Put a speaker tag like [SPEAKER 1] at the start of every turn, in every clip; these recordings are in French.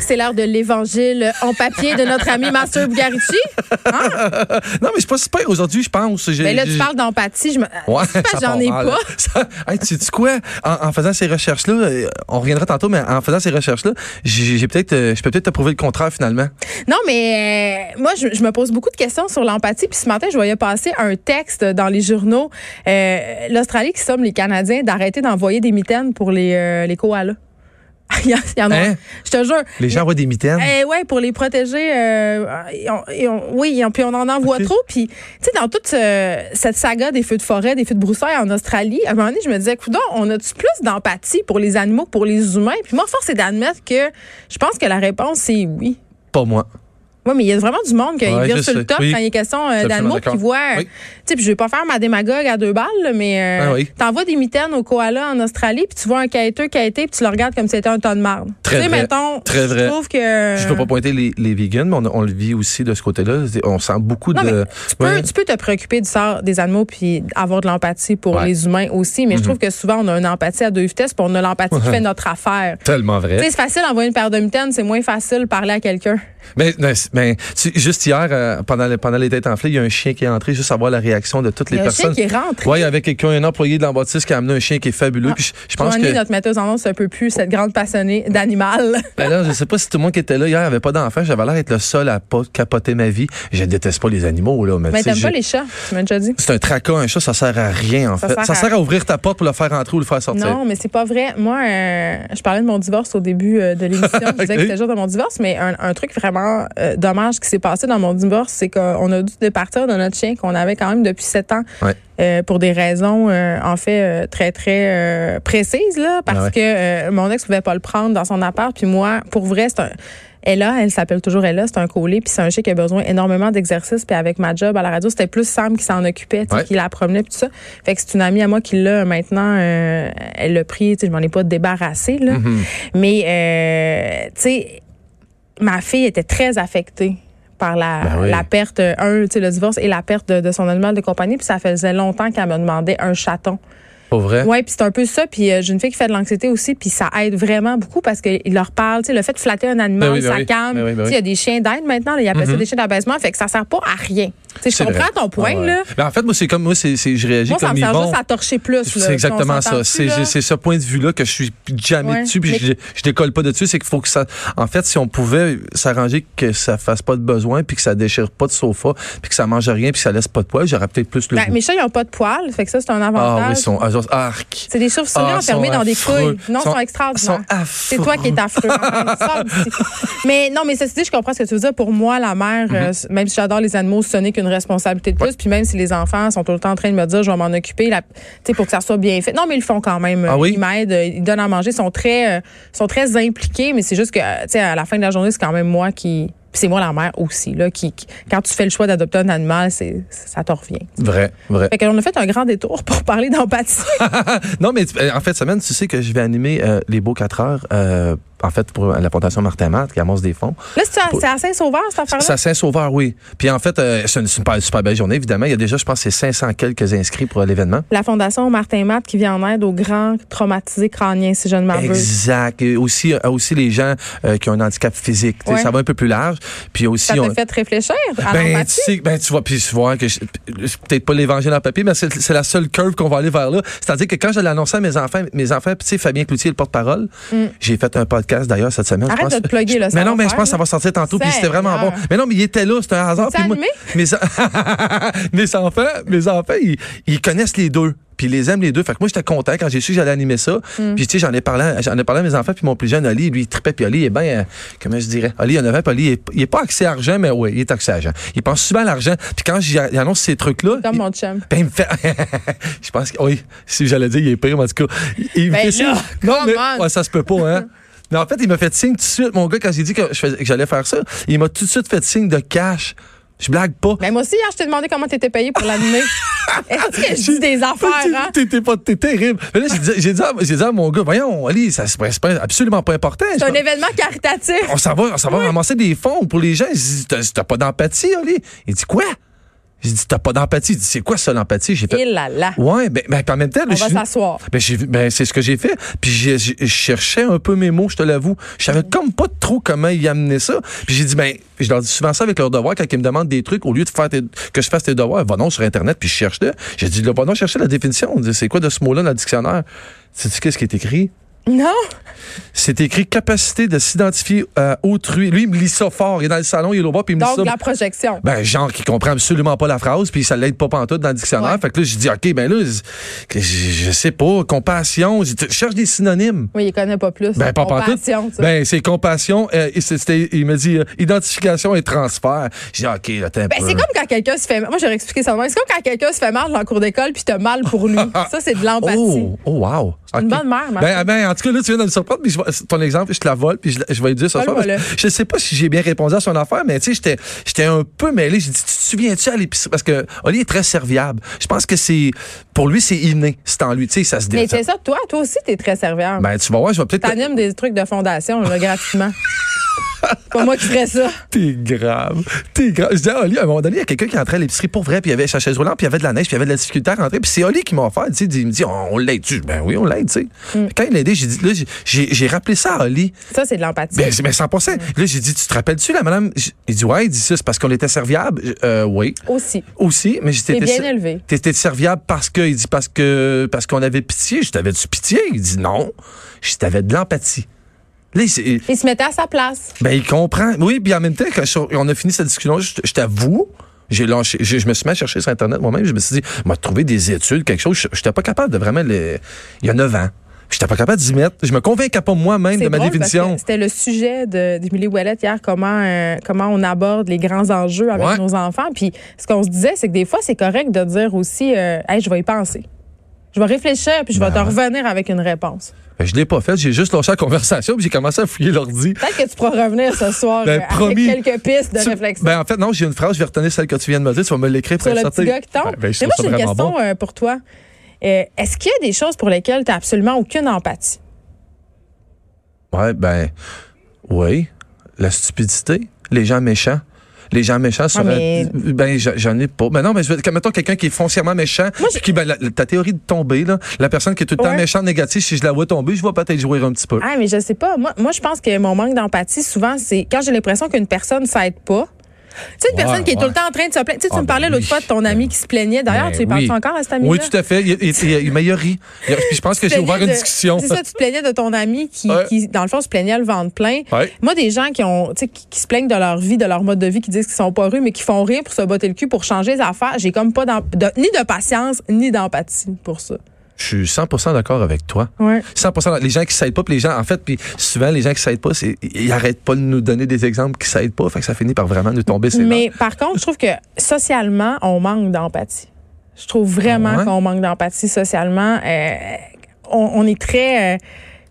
[SPEAKER 1] C'est l'heure de l'évangile en papier de notre ami Master Bugarici.
[SPEAKER 2] non, mais je suis pas super aujourd'hui, je pense. J'ai-
[SPEAKER 1] Mais Ben là, tu
[SPEAKER 2] j'ai-
[SPEAKER 1] parles d'empathie. Je me...
[SPEAKER 2] Ouais,
[SPEAKER 1] C'est pas que
[SPEAKER 2] ça
[SPEAKER 1] j'en
[SPEAKER 2] part
[SPEAKER 1] ai
[SPEAKER 2] mal.
[SPEAKER 1] pas.
[SPEAKER 2] Ça- Hey, tu sais quoi? En, en faisant ces recherches-là, euh, on reviendra tantôt, mais en faisant ces recherches-là, j'ai j'ai peut-être, euh, je peux peut-être te prouver le contraire finalement.
[SPEAKER 1] Non, mais euh, moi, je, je me pose beaucoup de questions sur l'empathie. Puis ce matin, je voyais passer un texte dans les journaux. euh, L'Australie qui somme les Canadiens d'arrêter d'envoyer des mitaines pour les, euh, les koalas. Il y en- il y en a.
[SPEAKER 2] Hein?
[SPEAKER 1] Je te jure.
[SPEAKER 2] Les gens voient des mitaines.
[SPEAKER 1] Eh ouais, pour les protéger. euh, et on- et on- oui, et on- puis on en envoie
[SPEAKER 2] Ok.
[SPEAKER 1] trop. Puis, tu sais, dans toute euh, cette saga des feux de forêt, des feux de broussailles en Australie, à un moment donné, je me disais, coudon, on a-tu plus d'empathie pour les animaux que pour les humains? Puis moi, force est d'admettre que je pense que la réponse, c'est oui.
[SPEAKER 2] Pas moi.
[SPEAKER 1] Oui, mais il y a vraiment du monde qui
[SPEAKER 2] Ouais,
[SPEAKER 1] vire
[SPEAKER 2] je
[SPEAKER 1] sur le
[SPEAKER 2] sais.
[SPEAKER 1] top
[SPEAKER 2] Oui.
[SPEAKER 1] quand il est question euh,
[SPEAKER 2] absolument
[SPEAKER 1] d'animaux qui
[SPEAKER 2] d'accord.
[SPEAKER 1] voient. euh,
[SPEAKER 2] Oui.
[SPEAKER 1] Tu sais, puis je vais pas faire ma démagogue à deux balles, là, mais euh,
[SPEAKER 2] Ah oui.
[SPEAKER 1] t'envoies des mitaines au koala en Australie, puis tu vois un caïteux caïté, puis tu le regardes comme si c'était un ton de marde.
[SPEAKER 2] Très
[SPEAKER 1] tu sais,
[SPEAKER 2] vrai.
[SPEAKER 1] mettons,
[SPEAKER 2] Très
[SPEAKER 1] je
[SPEAKER 2] vrai.
[SPEAKER 1] trouve que...
[SPEAKER 2] Je peux pas pointer les, les vegans, mais on, on le vit aussi de ce côté-là. C'est- On sent beaucoup
[SPEAKER 1] Non,
[SPEAKER 2] de.
[SPEAKER 1] mais tu peux,
[SPEAKER 2] Ouais.
[SPEAKER 1] tu peux te préoccuper du sort des animaux puis avoir de l'empathie pour
[SPEAKER 2] Ouais. Mhm.
[SPEAKER 1] les humains aussi, mais je trouve que souvent, on a une empathie à deux vitesses puis on a l'empathie qui fait notre affaire.
[SPEAKER 2] Tellement
[SPEAKER 1] Tu
[SPEAKER 2] vrai.
[SPEAKER 1] sais, C'est facile d'envoyer une paire de mitaines, c'est moins facile de parler à quelqu'un.
[SPEAKER 2] Mais, mais- mais, tu- juste hier, euh, pendant, le- pendant les têtes enflées, il y a un chien qui est entré, juste à voir la réaction de toutes
[SPEAKER 1] Il
[SPEAKER 2] les
[SPEAKER 1] y a un chien
[SPEAKER 2] personnes.
[SPEAKER 1] qui est rentré.
[SPEAKER 2] Oui, avec quelqu'un, un employé de l'embâtisse qui a amené un chien qui est fabuleux.
[SPEAKER 1] Ah,
[SPEAKER 2] puis je, je pense que.
[SPEAKER 1] Joanie, notre metteuse en ondes, c'est un peu plus cette grande passionnée d'animal.
[SPEAKER 2] Ben là, je sais pas si tout le monde qui était là hier avait pas d'enfant. J'avais l'air d'être le seul à pas capoter ma vie. Je déteste pas les animaux, là. Mais,
[SPEAKER 1] Mais
[SPEAKER 2] tu sais,
[SPEAKER 1] Ben, t'aimes pas
[SPEAKER 2] j'ai-
[SPEAKER 1] les chats, tu m'as déjà dit.
[SPEAKER 2] C'est un tracas, un chat, ça sert à rien, en
[SPEAKER 1] Ça
[SPEAKER 2] fait.
[SPEAKER 1] sert
[SPEAKER 2] ça
[SPEAKER 1] à-
[SPEAKER 2] sert à ouvrir ta porte pour le faire entrer ou le faire sortir.
[SPEAKER 1] Non, mais c'est pas vrai. Moi, euh, je parlais de mon divorce au début euh, de l'émission. Je disais que
[SPEAKER 2] Ok.
[SPEAKER 1] c'était le jour de mon divorce, mais un, un truc vraiment euh, dommage qui s'est passé dans mon divorce, c'est qu'on a dû départir de notre chien qu'on avait quand même depuis sept ans
[SPEAKER 2] Ouais.
[SPEAKER 1] euh, pour des raisons, euh, en fait, euh, très, très euh, précises, là, parce
[SPEAKER 2] Ah ouais.
[SPEAKER 1] que euh, mon ex pouvait pas le prendre dans son appart. Puis moi, pour vrai, c'est un... Ella, elle s'appelle toujours Ella, c'est un collier, puis c'est un chien qui a besoin énormément d'exercice. Puis avec ma job à la radio, c'était plus Sam qui s'en occupait, tu sais,
[SPEAKER 2] Ouais.
[SPEAKER 1] qui la promenait, puis tout ça. Fait que c'est une amie à moi qui l'a maintenant, euh, elle l'a pris, tu sais, je m'en ai pas débarrassée, là.
[SPEAKER 2] Mm-hmm.
[SPEAKER 1] Mais, euh, tu sais, ma fille était très affectée par la,
[SPEAKER 2] Ben oui.
[SPEAKER 1] la perte, euh, un, tu sais, le divorce et la perte de, de son animal de compagnie. Puis ça faisait longtemps qu'elle me demandait un chaton.
[SPEAKER 2] Pas vrai?
[SPEAKER 1] Ouais, puis c'est un peu ça. Puis euh, j'ai une fille qui fait de l'anxiété aussi, puis ça aide vraiment beaucoup parce qu'il leur parle. Tu sais, le fait de flatter un animal,
[SPEAKER 2] Ben oui, ben
[SPEAKER 1] ça
[SPEAKER 2] oui.
[SPEAKER 1] calme.
[SPEAKER 2] Ben oui, ben
[SPEAKER 1] Tu sais, Il y a des chiens d'aide maintenant, là, ils appellent ça des chiens d'abaissement, fait que ça sert pas à rien. Tu sais, je
[SPEAKER 2] C'est
[SPEAKER 1] comprends
[SPEAKER 2] vrai.
[SPEAKER 1] ton point,
[SPEAKER 2] Ah ouais.
[SPEAKER 1] là.
[SPEAKER 2] Ben, en fait, moi, c'est comme moi, c'est, c'est- je réagis
[SPEAKER 1] Moi, ça
[SPEAKER 2] comme
[SPEAKER 1] me sert
[SPEAKER 2] Yvon.
[SPEAKER 1] juste à torcher plus. là.
[SPEAKER 2] C'est exactement
[SPEAKER 1] On s'entend
[SPEAKER 2] ça.
[SPEAKER 1] dessus,
[SPEAKER 2] C'est,
[SPEAKER 1] là?
[SPEAKER 2] c'est- c'est ce point de vue-là que je suis jamais
[SPEAKER 1] Ouais.
[SPEAKER 2] dessus, puis
[SPEAKER 1] Mais-
[SPEAKER 2] je, je décolle pas dessus. C'est qu'il faut que ça. En fait, si on pouvait s'arranger que ça fasse pas de besoin, puis que ça déchire pas de sofa, puis que ça mange rien, puis que ça laisse pas de poils, j'aurais peut-être plus le.
[SPEAKER 1] Ben,
[SPEAKER 2] goût.
[SPEAKER 1] mes chats, ils n'ont pas de poils, fait que ça, c'est un
[SPEAKER 2] ah oui,
[SPEAKER 1] avantage.
[SPEAKER 2] ils sont. ah, genre, arc.
[SPEAKER 1] c'est des chauves-souris
[SPEAKER 2] Ah,
[SPEAKER 1] enfermées
[SPEAKER 2] sont
[SPEAKER 1] dans des
[SPEAKER 2] affreux.
[SPEAKER 1] couilles. Non, ils sont,
[SPEAKER 2] Sont-
[SPEAKER 1] extraordinaires.
[SPEAKER 2] sont
[SPEAKER 1] C'est toi qui es affreux. Enfin, sors d'ici. mais non, mais ceci dit, je comprends ce que tu veux dire. Pour moi, la
[SPEAKER 2] Mhm.
[SPEAKER 1] mère, euh, même si j'adore les animaux, ce n'est qu'une responsabilité de plus. Puis même si les enfants sont tout le temps en train de me dire, je vais m'en occuper, la- tu sais, pour que ça soit bien fait. Non, mais ils le font quand même.
[SPEAKER 2] Ah oui?
[SPEAKER 1] Ils m'aident, euh, ils donnent à manger, ils sont très, euh, sont très impliqués. Mais c'est juste que, euh, tu sais, à la fin de la journée, c'est quand même moi qui. Puis c'est moi la mère aussi, là, qui, qui- quand tu fais le choix d'adopter un animal, c'est, ça te revient.
[SPEAKER 2] Vrai, vrai.
[SPEAKER 1] Fait qu'on a fait un grand détour pour parler d'empathie.
[SPEAKER 2] Non, mais tu- euh, en fait, semaine, tu sais que je vais animer euh, les beaux 4 heures, euh, en fait, pour la Fondation Martin Matt qui amasse des fonds.
[SPEAKER 1] Là, c'est à- c'est à Saint-Sauveur, cette affaire-là?
[SPEAKER 2] Ça Saint-Sauveur, oui. Puis en fait, euh, c'est une super, super belle journée, évidemment. Il y a déjà, je pense, c'est 500 quelques inscrits pour euh, l'événement.
[SPEAKER 1] La Fondation Martin Matt qui vient en aide aux grands traumatisés crâniens, si je ne m'en veux.
[SPEAKER 2] Exact. Et aussi, euh, aussi les gens euh, qui ont un handicap physique. Tu sais,
[SPEAKER 1] Ouais.
[SPEAKER 2] Ça va un peu plus large. Puis aussi,
[SPEAKER 1] Ça t'a
[SPEAKER 2] on-
[SPEAKER 1] fait réfléchir à
[SPEAKER 2] Ben, tu
[SPEAKER 1] l'empathie?
[SPEAKER 2] sais, ben, tu vois, puis tu vois que je- c'est peut-être pas l'évangile en papier, mais c'est c'est la seule curve qu'on va aller vers là. C'est-à-dire que quand je l'annonçais à mes enfants, mes enfants, puis tu sais, Fabien Cloutier, est le porte-parole, j'ai fait un podcast d'ailleurs cette semaine. je
[SPEAKER 1] Mm. Arrête
[SPEAKER 2] pense.
[SPEAKER 1] de te plugger, là, ça
[SPEAKER 2] Mais non,
[SPEAKER 1] va
[SPEAKER 2] mais je
[SPEAKER 1] faire,
[SPEAKER 2] pense
[SPEAKER 1] là.
[SPEAKER 2] que ça va sortir tantôt, puis c'était vraiment
[SPEAKER 1] Seigneur.
[SPEAKER 2] bon. Mais non, mais il était là, c'était un hasard.
[SPEAKER 1] T'es
[SPEAKER 2] puis moi-
[SPEAKER 1] animé?
[SPEAKER 2] mes, en- mes enfants, mes enfants, ils, ils connaissent les deux. Puis ils les aiment les deux. Fait que moi, j'étais content quand j'ai su que j'allais animer ça.
[SPEAKER 1] Mm.
[SPEAKER 2] Puis tu sais, j'en ai parlé, à- j'en ai parlé à mes enfants. Puis mon plus jeune, Oli, lui, il tripait. Puis Oli, il est bien, euh, comment je dirais? Oli, il a 9 ans. Puis Oli, il est- il est pas accès à l'argent, mais oui, il est accès à l'argent. Il pense souvent à l'argent. Puis quand j'annonce ces trucs-là.
[SPEAKER 1] Comme
[SPEAKER 2] il-
[SPEAKER 1] mon chum.
[SPEAKER 2] ben, il me fait. je pense que. Oui, si j'allais dire, il est pire, mais en tout cas. Il me
[SPEAKER 1] Ben
[SPEAKER 2] fait
[SPEAKER 1] là,
[SPEAKER 2] signe. Non,
[SPEAKER 1] come
[SPEAKER 2] mais.
[SPEAKER 1] on.
[SPEAKER 2] ouais, ça se peut pas, hein. Mais en fait, il m'a fait signe tout de suite. Mon gars, quand j'ai dit que, je faisais- que j'allais faire ça, il m'a tout de suite fait signe de cash. Je blague pas.
[SPEAKER 1] Mais Ben, moi aussi, hier, je t'ai demandé comment t'étais payé pour l'animer. Est-ce que je dis des affaires, hein?
[SPEAKER 2] T'es, t'es pas, t'es terrible. Mais là, j'ai dit, j'ai dit à- j'ai dit à mon gars, voyons, Ali, ça, c'est pas- c'est pas- absolument pas important. Je
[SPEAKER 1] C'est un
[SPEAKER 2] pense-
[SPEAKER 1] événement caritatif.
[SPEAKER 2] on s'en va, on s'en va ramasser des fonds pour les gens. Je dis, t'as, t'as pas d'empathie, Ali. Il dit, quoi? J'ai dit, t'as pas d'empathie. Il dit, c'est quoi ça, l'empathie? J'ai fait,
[SPEAKER 1] Et Eh là là.
[SPEAKER 2] ouais, ben, ben, en même temps, là,
[SPEAKER 1] On
[SPEAKER 2] je
[SPEAKER 1] va
[SPEAKER 2] suis-
[SPEAKER 1] s'asseoir.
[SPEAKER 2] Ben, j'ai- ben, c'est ce que j'ai fait. Puis j'ai- j'ai- je cherchais un peu mes mots, je te l'avoue. Je savais
[SPEAKER 1] Mm.
[SPEAKER 2] comme pas trop comment y amener ça. Puis j'ai dit, ben, je leur dis souvent ça avec leurs devoirs quand ils me demandent des trucs, au lieu de faire tes- que je fasse tes devoirs, va non sur Internet, puis je cherche là. J'ai dit, là, va non chercher la définition. On dit, c'est quoi de ce mot-là dans le dictionnaire? Sais-tu qu'est-ce qui est écrit?
[SPEAKER 1] Non?
[SPEAKER 2] C'est écrit capacité de s'identifier à autrui. Lui, il me lit ça fort. Il est dans le salon, il est au bas, puis il me lit
[SPEAKER 1] Donc,
[SPEAKER 2] ça.
[SPEAKER 1] la projection.
[SPEAKER 2] Ben, genre qui comprend absolument pas la phrase, puis ça l'aide pas pantoute dans le dictionnaire.
[SPEAKER 1] Ouais.
[SPEAKER 2] Fait que là, je dis, OK, ben là, je- je, je sais pas, compassion, je je cherche des synonymes.
[SPEAKER 1] Oui, il connaît pas plus.
[SPEAKER 2] Ben, pas pantoute.
[SPEAKER 1] Compassion, ça.
[SPEAKER 2] Ben, c'est compassion, euh, et c'est- c'était- il me dit euh, identification et transfert. Je dis, OK, là, t'es un
[SPEAKER 1] Ben,
[SPEAKER 2] peu.
[SPEAKER 1] c'est comme quand quelqu'un se fait mal. Moi, j'aurais expliqué ça. de même. C'est comme quand quelqu'un se fait mal dans le cours d'école puis t'as mal pour lui. Ça, c'est de l'empathie.
[SPEAKER 2] Oh, oh, wow.
[SPEAKER 1] une
[SPEAKER 2] OK.
[SPEAKER 1] bonne mère, Martin.
[SPEAKER 2] ben, ben, en tout cas, là, tu viens de me surprendre, puis je vais- ton exemple, je te la vole, puis je, la- je vais le dire ce
[SPEAKER 1] Ah, le
[SPEAKER 2] soir. parce que
[SPEAKER 1] voilà.
[SPEAKER 2] je sais pas si j'ai bien répondu à son affaire, mais tu sais, j'étais, j'étais un peu mêlé. J'ai dit, tu te souviens-tu à l'épicerie? Parce que Oli est très serviable. Je pense que c'est, pour lui, c'est inné. C'est en lui, tu sais, ça se
[SPEAKER 1] Mais
[SPEAKER 2] développe.
[SPEAKER 1] c'est ça, toi, toi aussi, t'es très serviable.
[SPEAKER 2] Ben, tu vas voir, je vais peut-être.
[SPEAKER 1] T'animes des trucs de fondation, là, gratuitement. C'est pas moi qui ferais ça.
[SPEAKER 2] T'es grave. T'es grave. Je disais à Oli, à un moment donné, il y a quelqu'un qui entrait à l'épicerie pour vrai, puis il y avait sa chaise roulante, puis il y avait de la neige, puis il y avait de la difficulté à rentrer. Puis c'est Oli qui m'a offert. Tu sais, il me dit, on, on l'aide. tu Ben oui, on l'aide, tu sais.
[SPEAKER 1] Mm.
[SPEAKER 2] Quand il l'a aidé, j'ai dit, là, j'ai- j'ai, j'ai rappelé ça à Oli.
[SPEAKER 1] Ça, c'est de l'empathie.
[SPEAKER 2] Ben, c'est- ben, 100%. Là, j'ai dit, tu te rappelles-tu, la madame? J- Il dit, ouais, il dit ça, c'est parce qu'on était serviable. Je- Euh, oui.
[SPEAKER 1] Aussi.
[SPEAKER 2] Aussi, mais j'étais.
[SPEAKER 1] T'es bien élevé.
[SPEAKER 2] T'étais serviable parce que, il dit, parce que, parce qu'on avait pitié. Je t'avais du pitié. Il dit, non. Je t'avais de l'empathie. Là, il s'est-
[SPEAKER 1] Il se mettait à sa place.
[SPEAKER 2] ben, il comprend. Oui, puis en même temps, quand je- on a fini cette discussion, je, je t'avoue, j'ai lâché, je, je me suis mis à chercher sur Internet moi-même, je me suis dit, m'a trouvé des études, quelque chose, je n'étais pas capable de vraiment les, il y a 9 ans. J'étais pas capable d'y mettre. Je me convainquais pas moi-même
[SPEAKER 1] C'est
[SPEAKER 2] de ma
[SPEAKER 1] drôle parce
[SPEAKER 2] définition.
[SPEAKER 1] que C'était le sujet de- d'Émilie Ouellet hier, comment, euh, comment on aborde les grands enjeux avec
[SPEAKER 2] Ouais.
[SPEAKER 1] nos enfants. Puis ce qu'on se disait, c'est que des fois, c'est correct de dire aussi euh, Hey, je vais y penser. Je vais réfléchir, puis je vais te revenir avec une réponse.
[SPEAKER 2] Ben, je l'ai pas fait. J'ai juste lâché la conversation puis j'ai commencé à fouiller l'ordi.
[SPEAKER 1] Peut-être que tu pourras revenir ce soir
[SPEAKER 2] Ben,
[SPEAKER 1] euh,
[SPEAKER 2] promis.
[SPEAKER 1] avec quelques pistes de
[SPEAKER 2] Tu-
[SPEAKER 1] réflexion.
[SPEAKER 2] Ben, en fait, non, j'ai une phrase, je vais retenir celle que tu viens de me dire, tu vas me l'écrire pour
[SPEAKER 1] sur
[SPEAKER 2] la
[SPEAKER 1] le
[SPEAKER 2] sortir.
[SPEAKER 1] petit gars qui tombe.
[SPEAKER 2] Ben, ben, je
[SPEAKER 1] Mais
[SPEAKER 2] trouve
[SPEAKER 1] moi,
[SPEAKER 2] ça
[SPEAKER 1] j'ai une
[SPEAKER 2] vraiment
[SPEAKER 1] question
[SPEAKER 2] bon.
[SPEAKER 1] euh, pour toi. Euh, Est-ce qu'il y a des choses pour lesquelles tu n'as absolument aucune empathie? euh.
[SPEAKER 2] Ouais, ben, oui. La stupidité, les gens méchants. Les gens méchants seraient.
[SPEAKER 1] Ah, mais-
[SPEAKER 2] Ben, j'a- j'en ai pas. Ben non, mais je veux. Mettons quelqu'un qui est foncièrement méchant.
[SPEAKER 1] Moi,
[SPEAKER 2] puis qui, ben, la- la- ta théorie de tomber, là. La personne qui est tout le temps
[SPEAKER 1] Ouais.
[SPEAKER 2] méchante, négative, si je la vois tomber, je vais peut-être jouer un petit peu.
[SPEAKER 1] Ah, mais je sais pas. Moi, moi je pense que mon manque d'empathie, souvent, c'est quand j'ai l'impression qu'une personne s'aide pas. Tu sais, une
[SPEAKER 2] Ouais,
[SPEAKER 1] personne qui est tout
[SPEAKER 2] ouais.
[SPEAKER 1] le temps en train de se plaindre. Tu sais, tu
[SPEAKER 2] Ah,
[SPEAKER 1] me
[SPEAKER 2] ben
[SPEAKER 1] parlais l'autre
[SPEAKER 2] oui.
[SPEAKER 1] fois de ton ami qui se plaignait. D'ailleurs,
[SPEAKER 2] Ben
[SPEAKER 1] tu y
[SPEAKER 2] oui.
[SPEAKER 1] penses encore à cet ami-là?
[SPEAKER 2] Oui, tout à fait. Il, il, il, il m'a ri. Il- puis je pense que j'ai
[SPEAKER 1] Tu te
[SPEAKER 2] ouvert
[SPEAKER 1] plaignais
[SPEAKER 2] une
[SPEAKER 1] de-
[SPEAKER 2] discussion.
[SPEAKER 1] C'est ça, tu te plaignais de ton ami qui,
[SPEAKER 2] Ouais.
[SPEAKER 1] qui, dans le fond, se plaignait le ventre plein.
[SPEAKER 2] Ouais.
[SPEAKER 1] Moi, des gens qui ont, tu sais, qui, qui se plaignent de leur vie, de leur mode de vie, qui disent qu'ils sont pas rues, mais qui font rien pour se botter le cul, pour changer les affaires, j'ai comme pas d'em- de- ni de patience, ni d'empathie pour ça.
[SPEAKER 2] Je suis 100% d'accord avec toi.
[SPEAKER 1] Ouais.
[SPEAKER 2] 100% les gens qui s'aident pas puis les gens en fait puis souvent les gens qui s'aident pas c'est ils arrêtent pas de nous donner des exemples qui s'aident pas fait que ça finit par vraiment nous tomber ses
[SPEAKER 1] Mais par contre, je trouve que socialement, on manque d'empathie. Je trouve vraiment
[SPEAKER 2] Ah ouais?
[SPEAKER 1] qu'on manque d'empathie socialement. Euh, on, on est très, euh,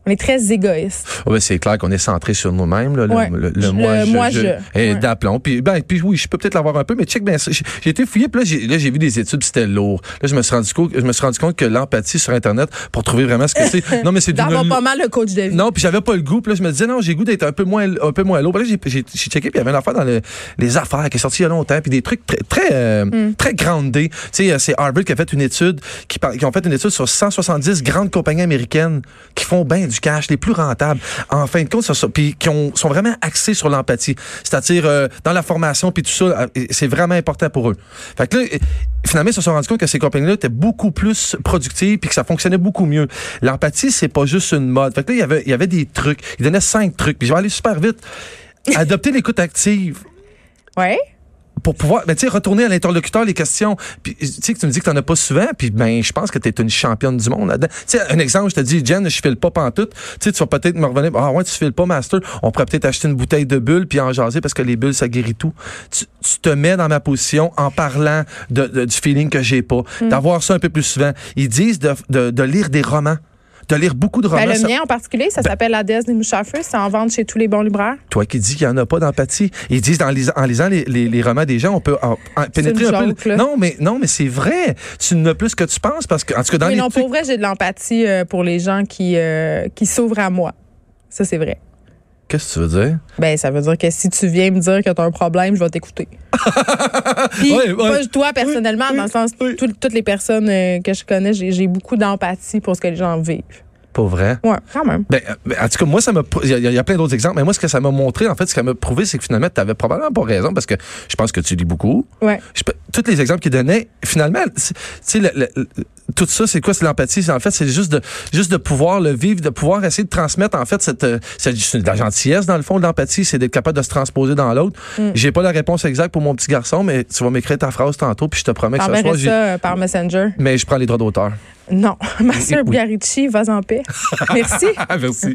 [SPEAKER 1] on est très égoïste.
[SPEAKER 2] Ah ben, c'est clair qu'on est centré sur nous-mêmes. là, Le,
[SPEAKER 1] Ouais.
[SPEAKER 2] le,
[SPEAKER 1] Le moi, je.
[SPEAKER 2] Et
[SPEAKER 1] Ouais.
[SPEAKER 2] d'aplomb. Puis, ben, puis oui, je peux peut-être l'avoir un peu, mais check bien ça. J'ai j'ai été fouillé, puis là, j'ai- là, j'ai vu des études, puis c'était lourd. Là, je me suis rendu compte, je me suis rendu compte que l'empathie sur Internet, pour trouver vraiment ce que c'est. Non, mais c'est
[SPEAKER 1] D'avoir
[SPEAKER 2] d'une-
[SPEAKER 1] pas mal le coach de vie.
[SPEAKER 2] non, puis j'avais pas le goût. Puis là, je me disais, non, j'ai le goût d'être un peu moins, un peu moins lourd. Puis là, j'ai- j'ai j'ai checké, puis il y avait une affaire dans le- les affaires qui est sortie il y a longtemps, puis des trucs très, très, euh, très grandés. Tu sais, euh, c'est Harvard qui a fait une étude, qui, par- qui ont fait une étude sur 170 grandes compagnies américaines qui font bien du cash, les plus rentables. En fin de compte, ça- ça- puis qui ont, sont vraiment axés sur l'empathie. C'est-à-dire, euh, dans la formation, puis tout ça, euh, c'est vraiment important pour eux. Fait que là, euh, finalement, ils se sont rendus compte que ces compagnies-là étaient beaucoup plus productives puis que ça fonctionnait beaucoup mieux. L'empathie, c'est pas juste une mode. Fait que là, il y avait, il y avait des trucs. Ils donnaient cinq trucs. Puis je vais aller super vite. Adopter l'écoute active
[SPEAKER 1] Ouais.
[SPEAKER 2] pour pouvoir, ben, tu sais, retourner à l'interlocuteur les questions. Puis, tu sais, que tu me dis que t'en as pas souvent, puis ben, je pense que t'es une championne du monde là-dedans. Tu sais, un exemple, je te dis, Jen, je file pas pantoute. Tu sais, tu vas peut-être me revenir, ah ouais, tu files pas, master. On pourrait peut-être acheter une bouteille de bulles puis en jaser parce que les bulles, ça guérit tout. Tu, tu te mets dans ma position en parlant
[SPEAKER 1] Mm.
[SPEAKER 2] de, de- du feeling que j'ai pas. D'avoir ça un peu plus souvent. Ils disent de, de, de lire des romans. de lire beaucoup de romans.
[SPEAKER 1] Ben, le
[SPEAKER 2] ça- Ben-
[SPEAKER 1] mien en particulier, ça s'appelle La déesse des mouches à feu. C'est en vente chez tous les bons libraires.
[SPEAKER 2] Toi qui dis qu'il n'y en a pas d'empathie. Ils disent dans lis- en lisant les, les- les romans des gens, on peut en- en pénétrer
[SPEAKER 1] une
[SPEAKER 2] un peu.
[SPEAKER 1] joke, là.
[SPEAKER 2] Non, mais non, mais c'est vrai. Tu n'as plus que tu penses parce que en tout cas dans
[SPEAKER 1] Mais
[SPEAKER 2] les
[SPEAKER 1] non,
[SPEAKER 2] trucs-
[SPEAKER 1] pour vrai, j'ai de l'empathie euh, pour les gens qui, euh, qui s'ouvrent à moi. Ça, c'est vrai.
[SPEAKER 2] Qu'est-ce que tu veux dire
[SPEAKER 1] Ben, ça veut dire que si tu viens me dire que tu as un problème, je vais t'écouter. Puis,
[SPEAKER 2] Ouais, ouais.
[SPEAKER 1] pas toi personnellement,
[SPEAKER 2] Oui,
[SPEAKER 1] dans le sens,
[SPEAKER 2] oui.
[SPEAKER 1] tout- toutes les personnes euh, que je connais, j'ai j'ai beaucoup d'empathie pour ce que les gens vivent.
[SPEAKER 2] Pour vrai.
[SPEAKER 1] Ouais, quand même.
[SPEAKER 2] Ben, euh, ben, en tout cas, moi, ça m'a. prou- Il y a- il y, a plein d'autres exemples, mais moi, ce que ça m'a montré, en fait, ce que ça m'a prouvé, c'est que finalement, tu avais probablement pas raison parce que je pense que tu lis beaucoup.
[SPEAKER 1] Ouais.
[SPEAKER 2] Je peux- tous les exemples qu'il donnait, finalement, c'est- tu sais, le- le- le- tout ça, c'est quoi, c'est l'empathie. C'est- En fait, c'est juste de, juste de pouvoir le vivre, de pouvoir essayer de transmettre, en fait, cette, euh, cette c'est de la gentillesse, dans le fond, de l'empathie, c'est d'être capable de se transposer dans l'autre. J'ai pas la réponse exacte pour mon petit garçon, mais tu vas m'écrire ta phrase tantôt, puis je te promets que ce soir,
[SPEAKER 1] T'enverrais
[SPEAKER 2] j'ai-
[SPEAKER 1] ça euh, par Messenger.
[SPEAKER 2] mais je prends les droits d'auteur.
[SPEAKER 1] Non. Ma sœur
[SPEAKER 2] Oui.
[SPEAKER 1] Biarici, vas en paix. Merci.
[SPEAKER 2] Ah, merci.